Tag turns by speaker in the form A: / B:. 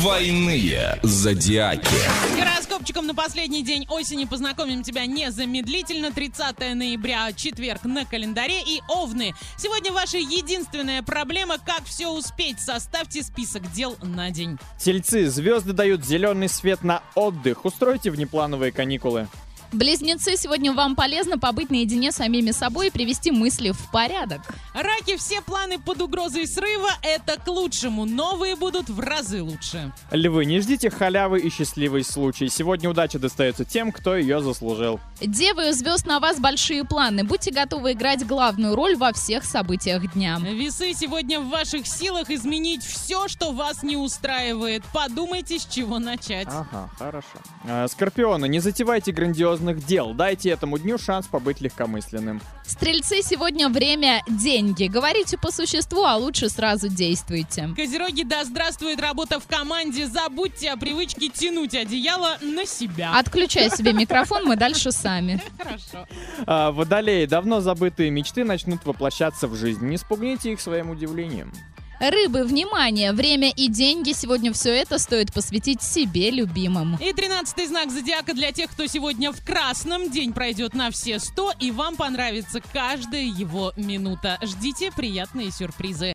A: Двойные зодиаки.
B: Гороскопчиком на последний день осени познакомим тебя незамедлительно. 30 ноября, четверг на календаре и овны. Сегодня ваша единственная проблема, как все успеть. Составьте список дел на день.
C: Тельцы, звезды дают зеленый свет на отдых. Устройте внеплановые каникулы.
D: Близнецы, сегодня вам полезно побыть наедине с самими собой и привести мысли в порядок.
B: Раки, все планы под угрозой срыва, это к лучшему. Новые будут в разы лучше.
C: Львы, не ждите халявы и счастливый случай. Сегодня удача достается тем, кто ее заслужил.
D: Девы, у звезд на вас большие планы. Будьте готовы играть главную роль во всех событиях дня.
B: Весы, сегодня в ваших силах изменить все, что вас не устраивает. Подумайте, с чего начать.
C: Ага, хорошо. Э, Скорпионы, не затевайте грандиозных дел. Дайте этому дню шанс побыть легкомысленным.
D: Стрельцы, сегодня время – деньги. Говорите по существу, а лучше сразу действуйте.
B: Козероги, да здравствует работа в команде. Забудьте о привычке тянуть одеяло на себя.
D: Отключай себе микрофон, мы дальше сами.
B: Хорошо.
C: А, Водолеи, давно забытые мечты начнут воплощаться в жизнь. Не спугните их своим удивлением.
D: Рыбы, внимание! Время и деньги сегодня все это стоит посвятить себе любимым.
B: И тринадцатый знак зодиака для тех, кто сегодня в красном. День пройдет на все сто, и вам понравится каждая его минута. Ждите приятные сюрпризы.